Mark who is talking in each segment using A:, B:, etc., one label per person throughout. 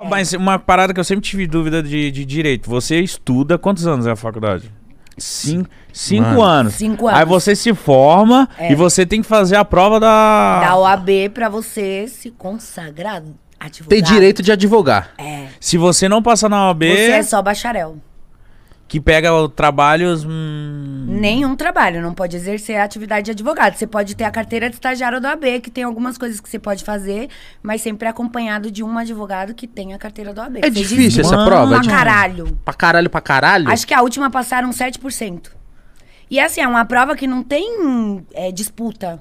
A: É. Mas uma parada que eu sempre tive dúvida de, de direito. Você estuda quantos anos é a faculdade? Cin cinco
B: Mano.
A: anos.
C: Cinco
A: Aí
C: anos. É.
A: você se forma e você tem que fazer a prova da.
C: Da OAB pra você se consagrar advogado.
B: Tem direito de advogar.
C: É.
A: Se você não passar na OAB,
C: Você é só bacharel.
A: que pega o trabalhos. hum,
C: Nenhum trabalho, não pode exercer a atividade de advogado. Você pode ter a carteira de estagiário da OAB, que tem algumas coisas que você pode fazer, mas sempre acompanhado de um advogado que tem a carteira da OAB.
B: É
C: Você
B: difícil essa
A: mano,
B: prova? É
C: Pra
B: difícil.
C: caralho.
B: Pra caralho, pra caralho?
C: Acho que a última passaram um 7%. E assim, é uma prova que não tem é, disputa.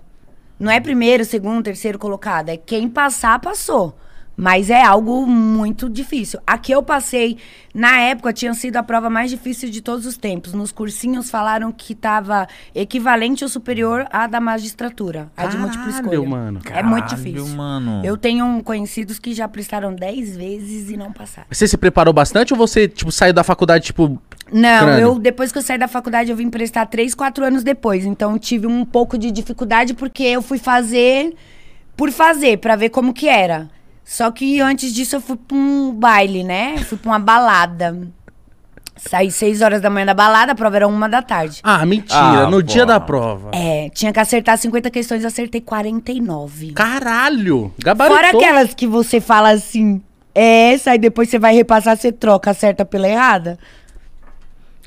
C: Não é primeiro, segundo, terceiro colocado. É quem passar, passou. Mas é algo muito difícil. A que eu passei, na época, tinha sido a prova mais difícil de todos os tempos. Nos cursinhos falaram que tava equivalente ou superior à da magistratura. A de múltipla
B: Caralho,
C: escolha.
B: mano.
C: É muito
A: caralho,
C: difícil.
A: Mano.
C: Eu tenho conhecidos que já prestaram 10 vezes e não passaram.
B: Você se preparou bastante ou você, tipo, saiu da faculdade, tipo...
C: Não,
B: Crânio.
C: eu depois que eu saí da faculdade eu vim prestar três, quatro anos depois. Então tive um pouco de dificuldade porque eu fui fazer por fazer, pra ver como que era. Só que antes disso eu fui pra um baile, né? Fui pra uma balada. Saí seis horas da manhã da balada, a prova era uma da tarde.
B: Ah, mentira.
A: Ah,
B: no dia
A: pô.
B: da prova.
C: É, tinha que acertar 50 questões, eu acertei 49.
B: Caralho. Gabaritou.
C: Fora aquelas que é você fala assim, é essa, aí depois você vai repassar, você troca, acerta pela errada.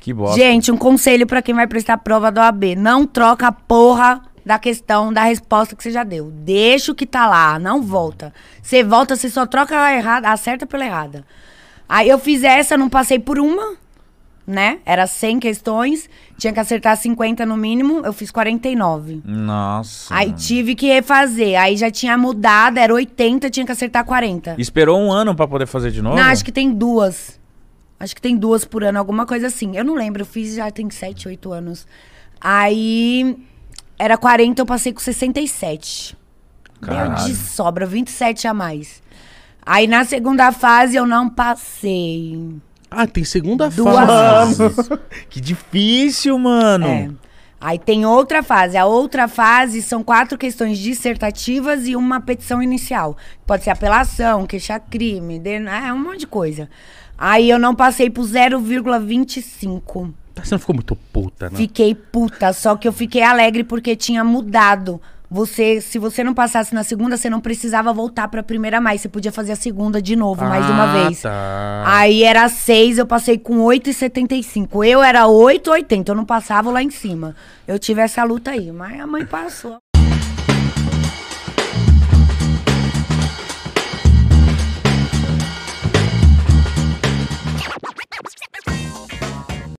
A: Que bosta.
C: Gente, um conselho pra quem vai prestar prova da OAB. Não troca a porra da questão, da resposta que você já deu. Deixa o que tá lá, não volta. Você volta, você só troca a errada, acerta pela errada. Aí eu fiz essa, não passei por uma, né? Era 100 questões, tinha que acertar 50 no mínimo, eu fiz 49.
A: Nossa.
C: Aí tive que refazer, aí já tinha mudado, era 80, tinha que acertar 40.
A: Esperou um ano pra poder fazer de novo?
C: Não, acho que tem duas. Acho que tem duas por ano, alguma coisa assim. Eu não lembro, eu fiz já tem 7, 8 anos. Aí era 40, eu passei com 67. Meu
A: Caralho.
C: de sobra, 27 a mais. Aí na segunda fase eu não passei.
B: Ah, tem segunda
C: Duas
B: fase.
C: vezes.
A: Que difícil, mano.
C: É. Aí tem outra fase. A outra fase são quatro questões dissertativas e uma petição inicial. Pode ser apelação, queixa-crime, den- é um monte de coisa. Aí eu não passei pro 0,25.
B: Tá, Você não ficou muito puta, né?
C: Fiquei puta, só que eu fiquei alegre porque tinha mudado. Você, se você não passasse na segunda, você não precisava voltar pra primeira mais. Você podia fazer a segunda de novo, mais de uma
B: Ah,
C: vez.
B: tá.
C: Aí era 6, eu passei com 8,75. Eu era 8,80. Eu não passava lá em cima. Eu tive essa luta aí. Mas a mãe passou.